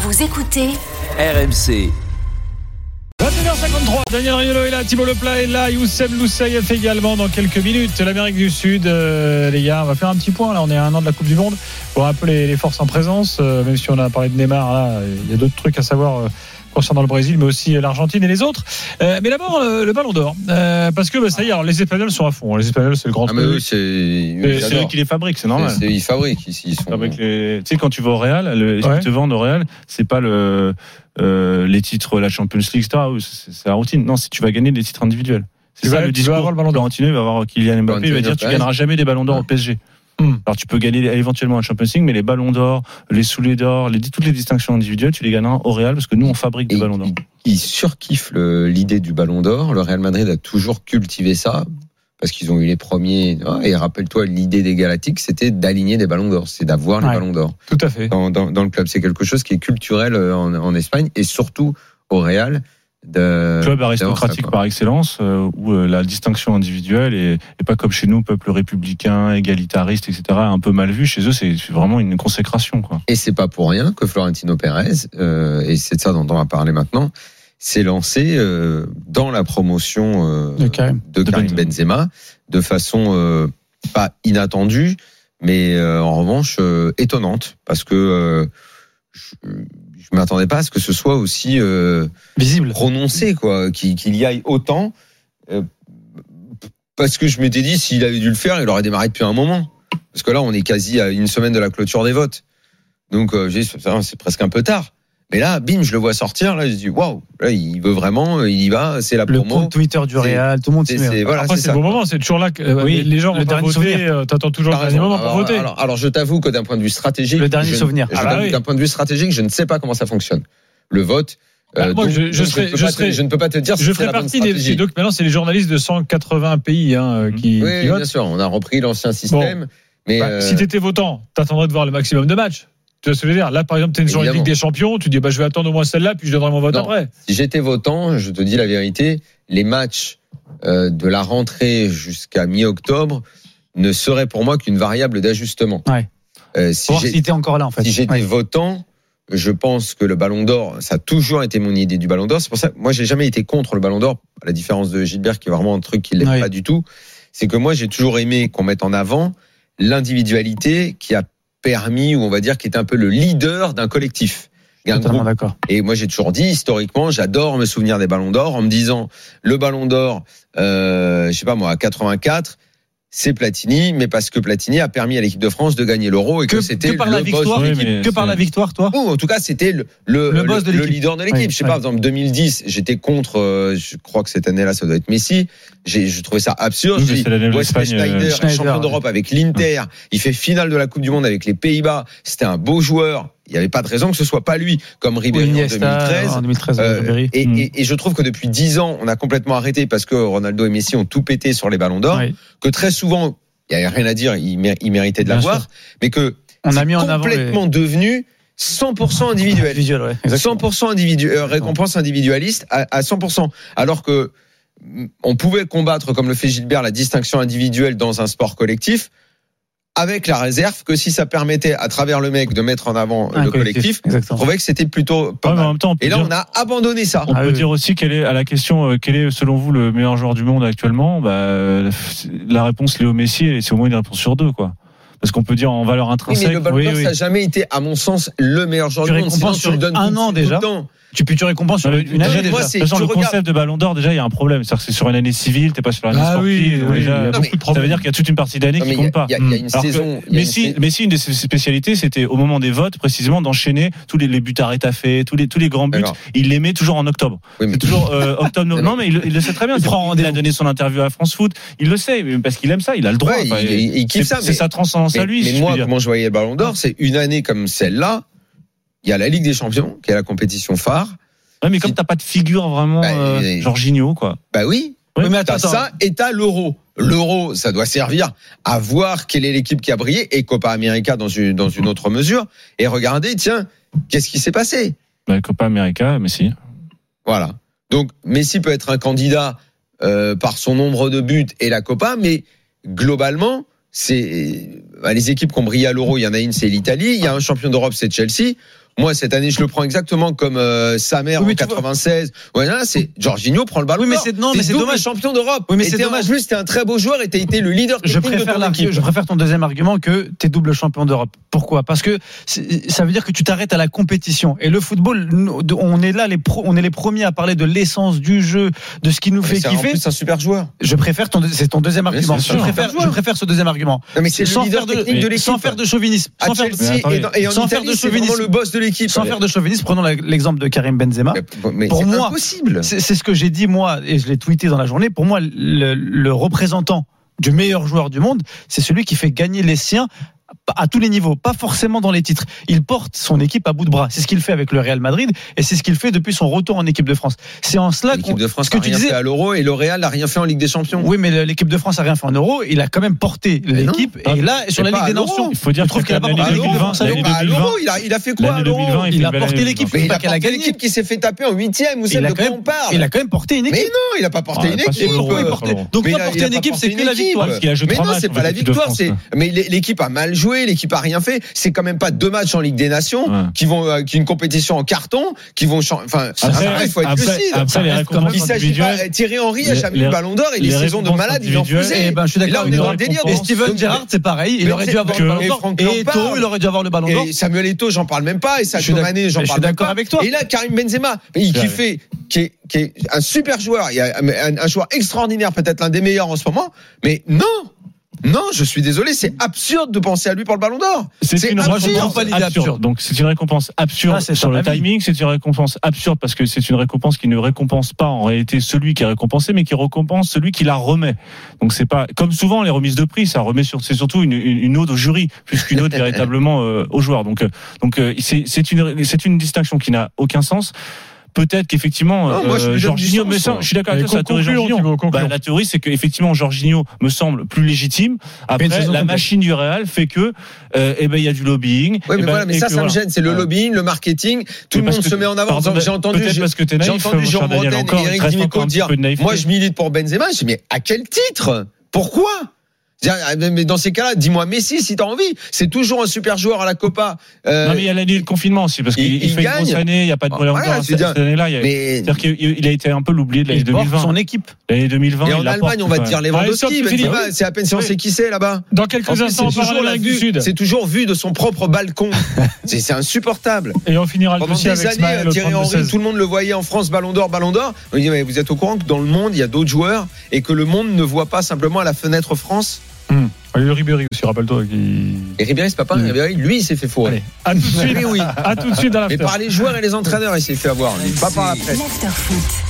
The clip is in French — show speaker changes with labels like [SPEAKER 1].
[SPEAKER 1] Vous écoutez
[SPEAKER 2] RMC.
[SPEAKER 3] 21h53, Daniel Riolo est là, Thibault Leplat est là, Youssef Loussaïef également dans quelques minutes. L'Amérique du Sud, euh, les gars, on va faire un petit point. Là, on est à un an de la Coupe du Monde. Pour rappeler les, les forces en présence, euh, même si on a parlé de Neymar, là, il y a d'autres trucs à savoir euh, concernant le Brésil, mais aussi euh, l'Argentine et les autres. Euh, mais d'abord, euh, le Ballon d'Or. Euh, parce que, bah, ça y est, alors, les Espagnols sont à fond. hein. Les Espagnols, c'est le grand
[SPEAKER 4] Ah mais
[SPEAKER 3] truc.
[SPEAKER 4] oui, c'est
[SPEAKER 5] C'est
[SPEAKER 4] ils
[SPEAKER 5] c'est eux
[SPEAKER 4] adorent.
[SPEAKER 5] qui les fabriquent, c'est
[SPEAKER 4] C'est-
[SPEAKER 5] normal.
[SPEAKER 4] c'est- ils fabriquent ici. Ils sont...
[SPEAKER 5] Avec les- Tu sais, quand tu vas au Real, le... ce qu'ils
[SPEAKER 3] Ouais.
[SPEAKER 5] te vendent au Real, c'est pas le... euh, les titres, la Champions League, etc. ou C'est c'est la routine. Non, c'est tu vas gagner des titres individuels. C'est
[SPEAKER 3] Tu
[SPEAKER 5] ça
[SPEAKER 3] vas-
[SPEAKER 5] le
[SPEAKER 3] tu vas
[SPEAKER 5] discours.
[SPEAKER 3] avoir le Ballon d'Or.
[SPEAKER 5] Tarantino, il va avoir Kylian Mbappé, il va dire tu
[SPEAKER 4] Tarantino,
[SPEAKER 5] gagneras jamais des ballons d'or
[SPEAKER 4] Ouais.
[SPEAKER 5] au PSG.
[SPEAKER 3] Hmm.
[SPEAKER 5] Alors tu peux gagner éventuellement un Champions League, mais les ballons d'or, les soulets d'or, les, toutes les distinctions individuelles, tu les gagneras au Real parce que nous on fabrique
[SPEAKER 4] Et
[SPEAKER 5] des ballons d'or.
[SPEAKER 4] ils- Ils surkiffent le- l'idée du ballon d'or. Le Real Madrid a toujours cultivé ça parce qu'ils ont eu les premiers. Ah, Et rappelle-toi, l'idée des Galactiques, c'était d'aligner des ballons d'or, c'est d'avoir
[SPEAKER 3] Ouais.
[SPEAKER 4] les ballons d'or
[SPEAKER 3] Tout à fait.
[SPEAKER 4] dans, dans- dans le club. C'est quelque chose qui est culturel euh, en, en Espagne et surtout au Real. De,
[SPEAKER 5] Club
[SPEAKER 4] d'avoir Euh, ça,
[SPEAKER 5] aristocratique
[SPEAKER 4] quoi.
[SPEAKER 5] par excellence, euh, où euh, la distinction individuelle est, est pas comme chez nous, peuple républicain, égalitariste, etc. Un peu mal vu chez eux, c'est vraiment une consécration quoi.
[SPEAKER 4] Et c'est pas pour rien que Florentino Pérez, euh, et c'est de ça dont on va parler maintenant, s'est lancé euh, dans la promotion euh,
[SPEAKER 3] De Karim.
[SPEAKER 4] de
[SPEAKER 5] De
[SPEAKER 4] Karim
[SPEAKER 5] Benzema.
[SPEAKER 4] Benzema de façon euh, pas inattendue, mais euh, en revanche euh, étonnante, parce que euh, je, je m'attendais pas à ce que ce soit aussi euh,
[SPEAKER 3] Visible.
[SPEAKER 4] prononcé, quoi, qu'il qu'il y aille autant. euh, parce que je m'étais dit, s'il avait dû le faire, il aurait démarré depuis un moment. Parce que là, on est quasi à une semaine de la clôture des votes. Donc, euh, j'ai dit, ça, c'est presque un peu tard. Mais là, bim, je le vois sortir. Là, je dis, waouh, là, il veut vraiment, il y va, c'est la
[SPEAKER 6] Le
[SPEAKER 4] promo.
[SPEAKER 6] compte Twitter du
[SPEAKER 4] c'est-
[SPEAKER 6] Real, tout le monde s'y
[SPEAKER 4] C'est-
[SPEAKER 6] met.
[SPEAKER 4] c'est- voilà,
[SPEAKER 3] Après,
[SPEAKER 4] Ah, c'est
[SPEAKER 3] c'est
[SPEAKER 4] ça.
[SPEAKER 3] le bon moment, c'est toujours là que euh,
[SPEAKER 6] Oui,
[SPEAKER 3] les gens
[SPEAKER 6] le
[SPEAKER 3] vont pas
[SPEAKER 6] dernier
[SPEAKER 3] voter.
[SPEAKER 6] souvenir.
[SPEAKER 3] euh, T'attends toujours
[SPEAKER 4] T'as
[SPEAKER 3] le dernier
[SPEAKER 4] raison.
[SPEAKER 3] moment pour
[SPEAKER 4] alors,
[SPEAKER 3] voter.
[SPEAKER 4] alors- alors, je t'avoue que d'un point de vue stratégique.
[SPEAKER 6] Le dernier
[SPEAKER 4] je-
[SPEAKER 6] souvenir.
[SPEAKER 4] je
[SPEAKER 3] Ah bah
[SPEAKER 4] t'avoue
[SPEAKER 3] oui.
[SPEAKER 4] D'un point de vue stratégique, je ne sais pas comment ça fonctionne. Le vote. euh,
[SPEAKER 3] Bah, moi,
[SPEAKER 4] donc,
[SPEAKER 3] je- je
[SPEAKER 4] donc, ne
[SPEAKER 3] serais-
[SPEAKER 4] peux
[SPEAKER 3] je
[SPEAKER 4] pas te-
[SPEAKER 3] serais-
[SPEAKER 4] je ne peux pas te dire si
[SPEAKER 3] Je
[SPEAKER 4] c'est
[SPEAKER 3] ferai
[SPEAKER 4] la bonne
[SPEAKER 3] partie des.
[SPEAKER 4] stratégie. Mmh.
[SPEAKER 3] Donc maintenant, c'est les journalistes de 180 pays hein, qui,
[SPEAKER 4] Oui,
[SPEAKER 3] qui
[SPEAKER 4] bien
[SPEAKER 3] votent.
[SPEAKER 4] sûr, on a repris l'ancien système. Mais
[SPEAKER 3] Bah,
[SPEAKER 4] euh,
[SPEAKER 3] Si t'étais votant, t'attendrais de voir le maximum de matchs. Tu vois ce que je veux dire Là, par exemple, t'es une journée de Ligue
[SPEAKER 4] Évidemment.
[SPEAKER 3] des Champions, tu dis bah, je vais attendre au moins celle-là, puis je donnerai mon vote
[SPEAKER 4] Non.
[SPEAKER 3] après.
[SPEAKER 4] si j'étais votant, je te dis la vérité, les matchs euh, de la rentrée jusqu'à mi-octobre ne seraient pour moi qu'une variable d'ajustement.
[SPEAKER 6] Ouais.
[SPEAKER 4] Euh, si
[SPEAKER 6] Pour voir
[SPEAKER 4] j'ai-
[SPEAKER 6] si t'es encore là, en fait.
[SPEAKER 4] si j'étais
[SPEAKER 6] Ouais.
[SPEAKER 4] votant, je pense que le Ballon d'Or, ça a toujours été mon idée du Ballon d'Or. C'est pour ça, que moi, j'ai jamais été contre le Ballon d'Or. À la différence de Gilbert, qui est vraiment un truc qu'il n'aime
[SPEAKER 6] Ouais.
[SPEAKER 4] pas du tout, c'est que moi, j'ai toujours aimé qu'on mette en avant l'individualité qui a permis, ou on va dire, qui est un peu le leader d'un collectif. Il y a un
[SPEAKER 6] Totalement
[SPEAKER 4] groupe.
[SPEAKER 6] d'accord.
[SPEAKER 4] Et moi, j'ai toujours dit, historiquement, j'adore me souvenir des Ballons d'Or en me disant, le Ballon d'Or, euh, je sais pas moi, à 84. C'est Platini, mais parce que Platini a permis à l'équipe de France de gagner l'euro et que,
[SPEAKER 6] Que,
[SPEAKER 4] c'était
[SPEAKER 6] que par
[SPEAKER 4] le
[SPEAKER 6] la
[SPEAKER 4] boss
[SPEAKER 6] victoire,
[SPEAKER 5] Oui,
[SPEAKER 6] l'équipe-
[SPEAKER 5] mais
[SPEAKER 6] que par
[SPEAKER 5] c'est-
[SPEAKER 6] la victoire, toi
[SPEAKER 4] ou en tout cas, c'était le, le,
[SPEAKER 6] Le boss de l'équipe.
[SPEAKER 4] leader de l'équipe.
[SPEAKER 6] Ouais,
[SPEAKER 4] je sais pas,
[SPEAKER 6] ouais.
[SPEAKER 4] par exemple, 2010, j'étais contre, euh, je crois que cette année-là, ça doit être Messi. J'ai, je trouvais ça absurde.
[SPEAKER 5] Oui,
[SPEAKER 4] J'ai
[SPEAKER 5] mais
[SPEAKER 4] dit,
[SPEAKER 5] c'est l'année de
[SPEAKER 4] Wesley
[SPEAKER 5] l'Espagne, euh,
[SPEAKER 4] Schneider,
[SPEAKER 6] Schneider,
[SPEAKER 4] champion d'Europe avec l'Inter. Il fait finale de la Coupe du Monde avec les Pays-Bas. C'était un beau joueur. Il n'y avait pas de raison que ce soit pas lui, comme Ribéry en
[SPEAKER 6] Iniesta,
[SPEAKER 4] 2013.
[SPEAKER 6] En 2013,
[SPEAKER 4] Euh,
[SPEAKER 6] Ribéry.
[SPEAKER 4] et,
[SPEAKER 5] Mm.
[SPEAKER 4] et- et je trouve que depuis 10 ans, on a complètement arrêté parce que Ronaldo et Messi ont tout pété sur les ballons d'or.
[SPEAKER 6] Oui.
[SPEAKER 4] Que très souvent, il n'y a rien à dire, ils mér- ils méritaient de
[SPEAKER 6] Bien
[SPEAKER 4] l'avoir. Mais que
[SPEAKER 6] On a
[SPEAKER 4] c'est
[SPEAKER 6] mis en avant. les-
[SPEAKER 4] complètement devenu 100% individuel.
[SPEAKER 6] Individuel, ouais. exactement.
[SPEAKER 4] 100% individu euh, récompense individualiste à, à 100%. Alors que mm, on pouvait combattre, comme le fait Gilbert, la distinction individuelle dans un sport collectif, avec la réserve que si ça permettait à travers le mec de mettre en avant
[SPEAKER 6] Un
[SPEAKER 4] le collectif, on
[SPEAKER 6] Exactement.
[SPEAKER 4] trouvait que c'était plutôt pas
[SPEAKER 5] Ouais, mais en
[SPEAKER 4] mal.
[SPEAKER 5] même temps, on peut
[SPEAKER 4] Et là,
[SPEAKER 5] dire-
[SPEAKER 4] on a abandonné ça.
[SPEAKER 5] On
[SPEAKER 6] Ah
[SPEAKER 5] peut
[SPEAKER 6] oui,
[SPEAKER 5] dire aussi quelle est à la question euh, quel est selon vous le meilleur joueur du monde actuellement bah, euh, La réponse Léo Messi, et c'est au moins une réponse sur deux quoi. Parce qu'on peut dire en valeur
[SPEAKER 4] Oui, mais
[SPEAKER 5] intrinsèque.
[SPEAKER 4] le Ballon
[SPEAKER 6] oui,
[SPEAKER 4] d'Or,
[SPEAKER 6] oui.
[SPEAKER 4] ça n'a jamais été, à mon sens, le meilleur joueur
[SPEAKER 6] Tu
[SPEAKER 4] du monde.
[SPEAKER 6] récompenses
[SPEAKER 4] Sinon, tu le
[SPEAKER 6] sur
[SPEAKER 4] donnes
[SPEAKER 6] un
[SPEAKER 4] tout-
[SPEAKER 6] an
[SPEAKER 4] tout le
[SPEAKER 6] déjà.
[SPEAKER 4] temps.
[SPEAKER 6] Tu, puis tu récompenses sur
[SPEAKER 3] Euh,
[SPEAKER 5] Non, mais-
[SPEAKER 6] une
[SPEAKER 4] Non,
[SPEAKER 6] année
[SPEAKER 4] mais
[SPEAKER 6] déjà.
[SPEAKER 4] moi,
[SPEAKER 5] De
[SPEAKER 4] c'est-
[SPEAKER 5] toute façon,
[SPEAKER 4] tu
[SPEAKER 5] le
[SPEAKER 4] regardes-
[SPEAKER 5] concept de Ballon d'Or déjà il y a un problème, c'est-à-dire que c'est sur une année civile, t'es pas sur une année
[SPEAKER 3] Ah oui,
[SPEAKER 5] sportive.
[SPEAKER 3] oui,
[SPEAKER 5] donc
[SPEAKER 3] il y a
[SPEAKER 5] déjà,
[SPEAKER 3] beaucoup de
[SPEAKER 5] ça
[SPEAKER 3] problèmes.
[SPEAKER 5] veut dire qu'il y a toute une partie d'année
[SPEAKER 4] Non, mais
[SPEAKER 5] qui
[SPEAKER 4] il y a-
[SPEAKER 5] compte pas.
[SPEAKER 4] il y a- il y a
[SPEAKER 3] Mm.
[SPEAKER 4] une
[SPEAKER 5] Alors que
[SPEAKER 4] saison. il y a une
[SPEAKER 5] Messi, Messi, une de ses spécialités, c'était au moment des votes, précisément, d'enchaîner tous les, les buts à rétafé, tous les, tous les grands buts.
[SPEAKER 4] D'accord.
[SPEAKER 5] Il les met toujours en octobre.
[SPEAKER 4] Oui, mais-
[SPEAKER 5] C'est toujours euh, octobre. novembre. non, mais il, il le sait très bien.
[SPEAKER 6] Il
[SPEAKER 5] c'est-
[SPEAKER 6] prend
[SPEAKER 5] il
[SPEAKER 6] rendez-vous.
[SPEAKER 5] a donné son interview à France Foot. Il le sait, mais parce qu'il aime ça. Il a le droit.
[SPEAKER 4] Ouais,
[SPEAKER 5] Enfin,
[SPEAKER 4] il- il- il kiffe
[SPEAKER 5] c'est-
[SPEAKER 4] ça,
[SPEAKER 5] C'est
[SPEAKER 4] mais-
[SPEAKER 5] sa transcendance
[SPEAKER 4] Mais,
[SPEAKER 5] à lui.
[SPEAKER 4] mais
[SPEAKER 5] si je
[SPEAKER 4] moi,
[SPEAKER 5] puis dire.
[SPEAKER 4] comment je voyais le Ballon d'Or, c'est une année comme celle-là. il y a la Ligue des Champions, qui est la compétition phare.
[SPEAKER 5] Ouais, mais comme t'as pas de figure vraiment,
[SPEAKER 4] Bah,
[SPEAKER 5] euh,
[SPEAKER 4] et-
[SPEAKER 5] Jorginho, quoi.
[SPEAKER 4] Bah oui,
[SPEAKER 7] Oui, mais
[SPEAKER 4] t'as
[SPEAKER 7] attends, attends.
[SPEAKER 4] ça et t'as l'euro. L'euro, ça doit servir à voir quelle est l'équipe qui a brillé et Copa América dans une, dans une autre mesure. Et regardez, tiens, qu'est-ce qui s'est passé
[SPEAKER 5] Bah, Copa América, mais si.
[SPEAKER 4] Voilà. Donc Messi peut être un candidat euh, par son nombre de buts et la Copa, mais globalement, c'est bah, les équipes qui ont brillé à l'Euro. Il y en a une, c'est l'Italie. Il y a un champion d'Europe, c'est Chelsea. Moi, cette année, je le prends exactement comme euh, sa mère
[SPEAKER 7] Oui, mais
[SPEAKER 4] en
[SPEAKER 7] tu vois-
[SPEAKER 4] 96. Voilà, c'est Jorginho prend le ballon.
[SPEAKER 7] Ah Oui, mais
[SPEAKER 4] d'or.
[SPEAKER 7] c'est- non,
[SPEAKER 4] T'es
[SPEAKER 7] mais c'est
[SPEAKER 4] double
[SPEAKER 7] dommage.
[SPEAKER 4] champion d'Europe.
[SPEAKER 7] Oui, mais
[SPEAKER 4] Et
[SPEAKER 7] c'est
[SPEAKER 4] t'es- En
[SPEAKER 7] dommage.
[SPEAKER 4] plus, t'es un très beau joueur et t'as été le leader
[SPEAKER 7] Je
[SPEAKER 4] technique
[SPEAKER 7] préfère,
[SPEAKER 4] de ton
[SPEAKER 7] l'argu-
[SPEAKER 4] équipe.
[SPEAKER 7] je préfère ton deuxième argument que t'es double champion d'Europe. Pourquoi Parce que c'est- ça veut dire que tu t'arrêtes à la compétition. Et le football, nous, de- on est là, les pro- on est les premiers à parler de l'essence du jeu, de ce qui nous
[SPEAKER 4] Mais
[SPEAKER 7] fait
[SPEAKER 4] c'est en
[SPEAKER 7] kiffer.
[SPEAKER 4] plus un super joueur.
[SPEAKER 7] Je préfère ton, deux- c'est ton deuxième
[SPEAKER 4] Mais c'est
[SPEAKER 7] argument. Je
[SPEAKER 4] sûr.
[SPEAKER 7] préfère, je préfère ce deuxième argument.
[SPEAKER 4] Non, mais c'est le
[SPEAKER 7] sans
[SPEAKER 4] leader
[SPEAKER 7] faire de,
[SPEAKER 4] technique de l'équipe.
[SPEAKER 7] sans faire de chauvinisme.
[SPEAKER 4] À
[SPEAKER 7] Sans faire,
[SPEAKER 4] Chelsea
[SPEAKER 5] Mais attendez.
[SPEAKER 4] et, dans- et en
[SPEAKER 7] Sans faire
[SPEAKER 4] Italie,
[SPEAKER 7] de
[SPEAKER 4] c'est vraiment
[SPEAKER 7] chauvinisme.
[SPEAKER 4] le boss de l'équipe.
[SPEAKER 7] sans faire de chauvinisme, prenons la- l'exemple de Karim Benzema.
[SPEAKER 4] Mais
[SPEAKER 7] Pour
[SPEAKER 4] c'est
[SPEAKER 7] moi,
[SPEAKER 4] impossible.
[SPEAKER 7] C'est c'est ce que j'ai dit moi, et je l'ai tweeté dans la journée. Pour moi, le, le représentant du meilleur joueur du monde, c'est celui qui fait gagner les siens à tous les niveaux, pas forcément dans les titres. Il porte son équipe à bout de bras. C'est ce qu'il fait avec le Real Madrid, et c'est ce qu'il fait depuis son retour en équipe de France. C'est en cela qu'on-
[SPEAKER 4] L'équipe de France
[SPEAKER 7] ce que
[SPEAKER 4] n'a
[SPEAKER 7] tu
[SPEAKER 4] rien
[SPEAKER 7] disais.
[SPEAKER 4] fait à l'Euro et le Real n'a rien fait en Ligue des Champions.
[SPEAKER 7] Oui, mais l'équipe de France a rien fait en Euro. Il a quand même porté
[SPEAKER 4] non.
[SPEAKER 7] l'équipe.
[SPEAKER 5] Ah,
[SPEAKER 7] Et là, sur
[SPEAKER 4] mais
[SPEAKER 7] la
[SPEAKER 4] pas
[SPEAKER 7] Ligue des
[SPEAKER 4] à l'Euro.
[SPEAKER 7] Nations,
[SPEAKER 5] Il faut dire
[SPEAKER 7] Je trouve
[SPEAKER 5] que
[SPEAKER 7] qu'il a pas
[SPEAKER 5] l'année
[SPEAKER 7] porté
[SPEAKER 4] à l'Euro,
[SPEAKER 5] 2020,
[SPEAKER 7] l'avance à
[SPEAKER 5] l'année
[SPEAKER 7] l'Euro.
[SPEAKER 4] à
[SPEAKER 5] 2020,
[SPEAKER 4] l'Euro, il a, il a fait quoi à
[SPEAKER 5] l'année
[SPEAKER 4] l'Euro
[SPEAKER 5] 2020, il fait
[SPEAKER 7] il a
[SPEAKER 5] une belle
[SPEAKER 7] porté
[SPEAKER 5] année,
[SPEAKER 7] l'équipe.
[SPEAKER 4] Mais il
[SPEAKER 7] pas
[SPEAKER 4] a
[SPEAKER 7] qu'elle a
[SPEAKER 4] porté
[SPEAKER 7] gagné.
[SPEAKER 4] l'équipe qui s'est fait taper en huitième ou
[SPEAKER 7] il
[SPEAKER 4] celle
[SPEAKER 7] a
[SPEAKER 4] de
[SPEAKER 7] quand
[SPEAKER 4] quoi
[SPEAKER 7] même-
[SPEAKER 4] on parle.
[SPEAKER 7] il a quand même porté une
[SPEAKER 4] Mais
[SPEAKER 7] équipe.
[SPEAKER 4] non, il n'a pas porté
[SPEAKER 5] Ah,
[SPEAKER 4] une
[SPEAKER 5] pas sur
[SPEAKER 4] équipe.
[SPEAKER 5] l'Euro,
[SPEAKER 4] euh,
[SPEAKER 5] pas sur
[SPEAKER 7] porter-
[SPEAKER 5] l'Euro.
[SPEAKER 7] Donc
[SPEAKER 4] Mais
[SPEAKER 7] toi,
[SPEAKER 4] il a-
[SPEAKER 7] porter
[SPEAKER 4] il a
[SPEAKER 7] une
[SPEAKER 4] pas
[SPEAKER 7] équipe,
[SPEAKER 4] porté
[SPEAKER 7] c'est que
[SPEAKER 4] une
[SPEAKER 7] la
[SPEAKER 4] équipe.
[SPEAKER 7] victoire.
[SPEAKER 5] Parce qu'il a joué
[SPEAKER 4] Mais
[SPEAKER 5] trois
[SPEAKER 4] non,
[SPEAKER 5] matchs
[SPEAKER 4] c'est
[SPEAKER 5] en
[SPEAKER 4] pas la
[SPEAKER 5] équipe de
[SPEAKER 4] victoire.
[SPEAKER 5] France, hein.
[SPEAKER 4] c'est
[SPEAKER 5] ouais.
[SPEAKER 4] mais l'é- l'équipe a mal joué, l'équipe a rien fait. C'est quand même pas deux matchs en Ligue des Nations
[SPEAKER 5] Ouais.
[SPEAKER 4] qui vont, euh, qui est une compétition en carton, qui vont. chan- Enfin,
[SPEAKER 5] Après,
[SPEAKER 4] il faut être
[SPEAKER 5] après-
[SPEAKER 4] lucide.
[SPEAKER 5] après, les
[SPEAKER 7] Ça reste quand même-
[SPEAKER 5] récompenses
[SPEAKER 4] Il s'agit
[SPEAKER 5] individuelles,
[SPEAKER 4] pas. eh, Thierry Henry a
[SPEAKER 5] Les-
[SPEAKER 4] jamais eu
[SPEAKER 5] les-
[SPEAKER 4] le Ballon d'Or et
[SPEAKER 5] les
[SPEAKER 4] des saisons de
[SPEAKER 5] récompenses
[SPEAKER 4] malade, il en
[SPEAKER 5] individuelles,
[SPEAKER 4] faisait.
[SPEAKER 7] Eh ben, je suis
[SPEAKER 4] Et là,
[SPEAKER 7] d'accord.
[SPEAKER 4] on est dans le
[SPEAKER 5] Une
[SPEAKER 4] délire.
[SPEAKER 7] Et
[SPEAKER 5] récompense.
[SPEAKER 7] Steven
[SPEAKER 4] Donc,
[SPEAKER 7] Gerrard, c'est pareil. Il
[SPEAKER 4] Mais
[SPEAKER 7] aurait
[SPEAKER 4] c'est-
[SPEAKER 7] dû avoir
[SPEAKER 4] que-
[SPEAKER 7] le ballon
[SPEAKER 4] et
[SPEAKER 7] d'or.
[SPEAKER 4] Franck
[SPEAKER 7] Et Eto'o,
[SPEAKER 4] Lampard.
[SPEAKER 7] il aurait dû avoir le ballon d'or.
[SPEAKER 4] Et Samuel Eto'o, j'en parle même pas. Et
[SPEAKER 7] Je suis
[SPEAKER 4] Sadio Mané, j'en
[SPEAKER 7] je suis
[SPEAKER 4] parle même
[SPEAKER 7] d'accord
[SPEAKER 4] pas.
[SPEAKER 7] avec toi.
[SPEAKER 4] Et là, Karim Benzema, il
[SPEAKER 5] Ouais,
[SPEAKER 4] qui fait, qui est, qui est un super joueur, il y a un, un joueur extraordinaire, peut-être l'un des meilleurs en ce moment. Mais non, non, je suis désolé, c'est absurde de penser à lui pour le Ballon d'Or.
[SPEAKER 5] C'est une
[SPEAKER 4] absurde.
[SPEAKER 5] récompense
[SPEAKER 7] pas l'idée
[SPEAKER 5] absurde.
[SPEAKER 7] absurde.
[SPEAKER 5] Donc c'est une récompense absurde
[SPEAKER 7] Ah, c'est ça,
[SPEAKER 5] sur le
[SPEAKER 7] ma vie.
[SPEAKER 5] timing, c'est une récompense absurde parce que c'est une récompense qui ne récompense pas en réalité celui qui est récompensé, mais qui récompense celui qui la remet. Donc c'est pas comme souvent les remises de prix, ça remet sur c'est surtout une, une, une ode au jury plus qu'une ode véritablement euh, aux joueurs. Donc euh, donc euh, c'est c'est une c'est une distinction qui n'a aucun sens. Peut-être qu'effectivement,
[SPEAKER 4] Non, moi, je
[SPEAKER 5] euh,
[SPEAKER 4] lui donne du
[SPEAKER 5] Jorginho,
[SPEAKER 4] sens,
[SPEAKER 5] mais ça,
[SPEAKER 4] moi.
[SPEAKER 5] je suis d'accord avec
[SPEAKER 3] Allez,
[SPEAKER 5] toi, c'est la théorie
[SPEAKER 3] concluons,
[SPEAKER 5] Jorginho.
[SPEAKER 3] Thibaut, concluons.
[SPEAKER 5] Bah, la théorie, c'est qu'effectivement, Jorginho me semble plus légitime.
[SPEAKER 7] Mais une
[SPEAKER 5] Après,
[SPEAKER 7] saison
[SPEAKER 5] la
[SPEAKER 7] complète.
[SPEAKER 5] machine du Real fait que, euh, eh ben, il y a du lobbying.
[SPEAKER 4] Oui, mais
[SPEAKER 5] eh ben,
[SPEAKER 4] voilà, mais
[SPEAKER 5] et
[SPEAKER 4] ça,
[SPEAKER 5] que
[SPEAKER 4] ça me
[SPEAKER 5] voilà.
[SPEAKER 4] gêne. C'est le
[SPEAKER 5] Voilà.
[SPEAKER 4] lobbying, le marketing. Tout le
[SPEAKER 5] Parce
[SPEAKER 4] monde
[SPEAKER 5] que-
[SPEAKER 4] se met en avant. en
[SPEAKER 5] pardon,
[SPEAKER 4] disant, J'ai entendu,
[SPEAKER 5] peut-être
[SPEAKER 4] j'ai-
[SPEAKER 5] parce que t'es
[SPEAKER 4] j'ai
[SPEAKER 5] naïf, mon
[SPEAKER 4] entendu
[SPEAKER 5] cher
[SPEAKER 4] Jean
[SPEAKER 5] Daniel,
[SPEAKER 4] Branden
[SPEAKER 5] encore,
[SPEAKER 4] et
[SPEAKER 5] il te
[SPEAKER 4] Eric
[SPEAKER 5] reste encore
[SPEAKER 4] Dimeco
[SPEAKER 5] un petit
[SPEAKER 4] dire,
[SPEAKER 5] peu de naïveté.
[SPEAKER 4] moi je milite pour Benzema. J'ai dit, mais à quel titre Pourquoi C'est-à-dire, ah, mais dans ces cas-là, dis-moi Messi si t'as envie. C'est toujours un super joueur à la Copa. Euh,
[SPEAKER 5] Non, mais il y a l'année de confinement aussi, parce qu'il
[SPEAKER 4] il-
[SPEAKER 5] il fait
[SPEAKER 4] il
[SPEAKER 5] une grosse
[SPEAKER 4] gagne.
[SPEAKER 5] année, il n'y a pas de
[SPEAKER 4] Ah,
[SPEAKER 5] problème
[SPEAKER 4] voilà,
[SPEAKER 5] encore.
[SPEAKER 4] c'est
[SPEAKER 5] Cette
[SPEAKER 4] bien.
[SPEAKER 5] cette année-là, il y a-
[SPEAKER 4] mais-
[SPEAKER 5] c'est-à-dire qu'il il a été un peu l'oublié de l'année
[SPEAKER 7] Il porte
[SPEAKER 5] 2020.
[SPEAKER 7] son équipe.
[SPEAKER 5] L'année 2020,
[SPEAKER 4] Et
[SPEAKER 5] il
[SPEAKER 4] en
[SPEAKER 5] la porte,
[SPEAKER 4] Allemagne, on va
[SPEAKER 5] ouais.
[SPEAKER 4] te dire
[SPEAKER 3] Allez,
[SPEAKER 4] Lewandowski,
[SPEAKER 3] sur Philippe.
[SPEAKER 4] Benzema, c'est à peine si on
[SPEAKER 3] Oui.
[SPEAKER 4] sait qui c'est là-bas.
[SPEAKER 3] Dans
[SPEAKER 4] En
[SPEAKER 3] quelques
[SPEAKER 4] plus,
[SPEAKER 3] instants, on
[SPEAKER 4] c'est
[SPEAKER 3] parle de
[SPEAKER 4] toujours,
[SPEAKER 3] la
[SPEAKER 4] la
[SPEAKER 3] Ligue du
[SPEAKER 4] vue-
[SPEAKER 3] Sud.
[SPEAKER 4] c'est toujours vu de son propre balcon. c'est c'est insupportable.
[SPEAKER 3] Et on finira le
[SPEAKER 4] Pendant
[SPEAKER 3] dossier
[SPEAKER 4] des
[SPEAKER 3] avec
[SPEAKER 4] années,
[SPEAKER 3] Smaël, le
[SPEAKER 4] Thierry
[SPEAKER 3] 32
[SPEAKER 4] Henry,
[SPEAKER 3] 16.
[SPEAKER 4] tout le monde le voyait en France, Ballon d'Or, Ballon d'Or. On dit, mais vous êtes au courant que dans le monde, il y a d'autres joueurs et que le monde ne voit pas simplement à la fenêtre France.
[SPEAKER 3] Il y a eu Ribéry aussi, rappelle-toi. Qui...
[SPEAKER 4] Et Ribéry, c'est pas pareil. Ribéry, lui, il s'est fait fourrer.
[SPEAKER 3] Allez, à tout de suite.
[SPEAKER 4] Mais oui.
[SPEAKER 3] À tout de suite dans la
[SPEAKER 4] Mais par les joueurs et les entraîneurs, il s'est fait avoir. lui. Pas par la presse.
[SPEAKER 1] l'after foot.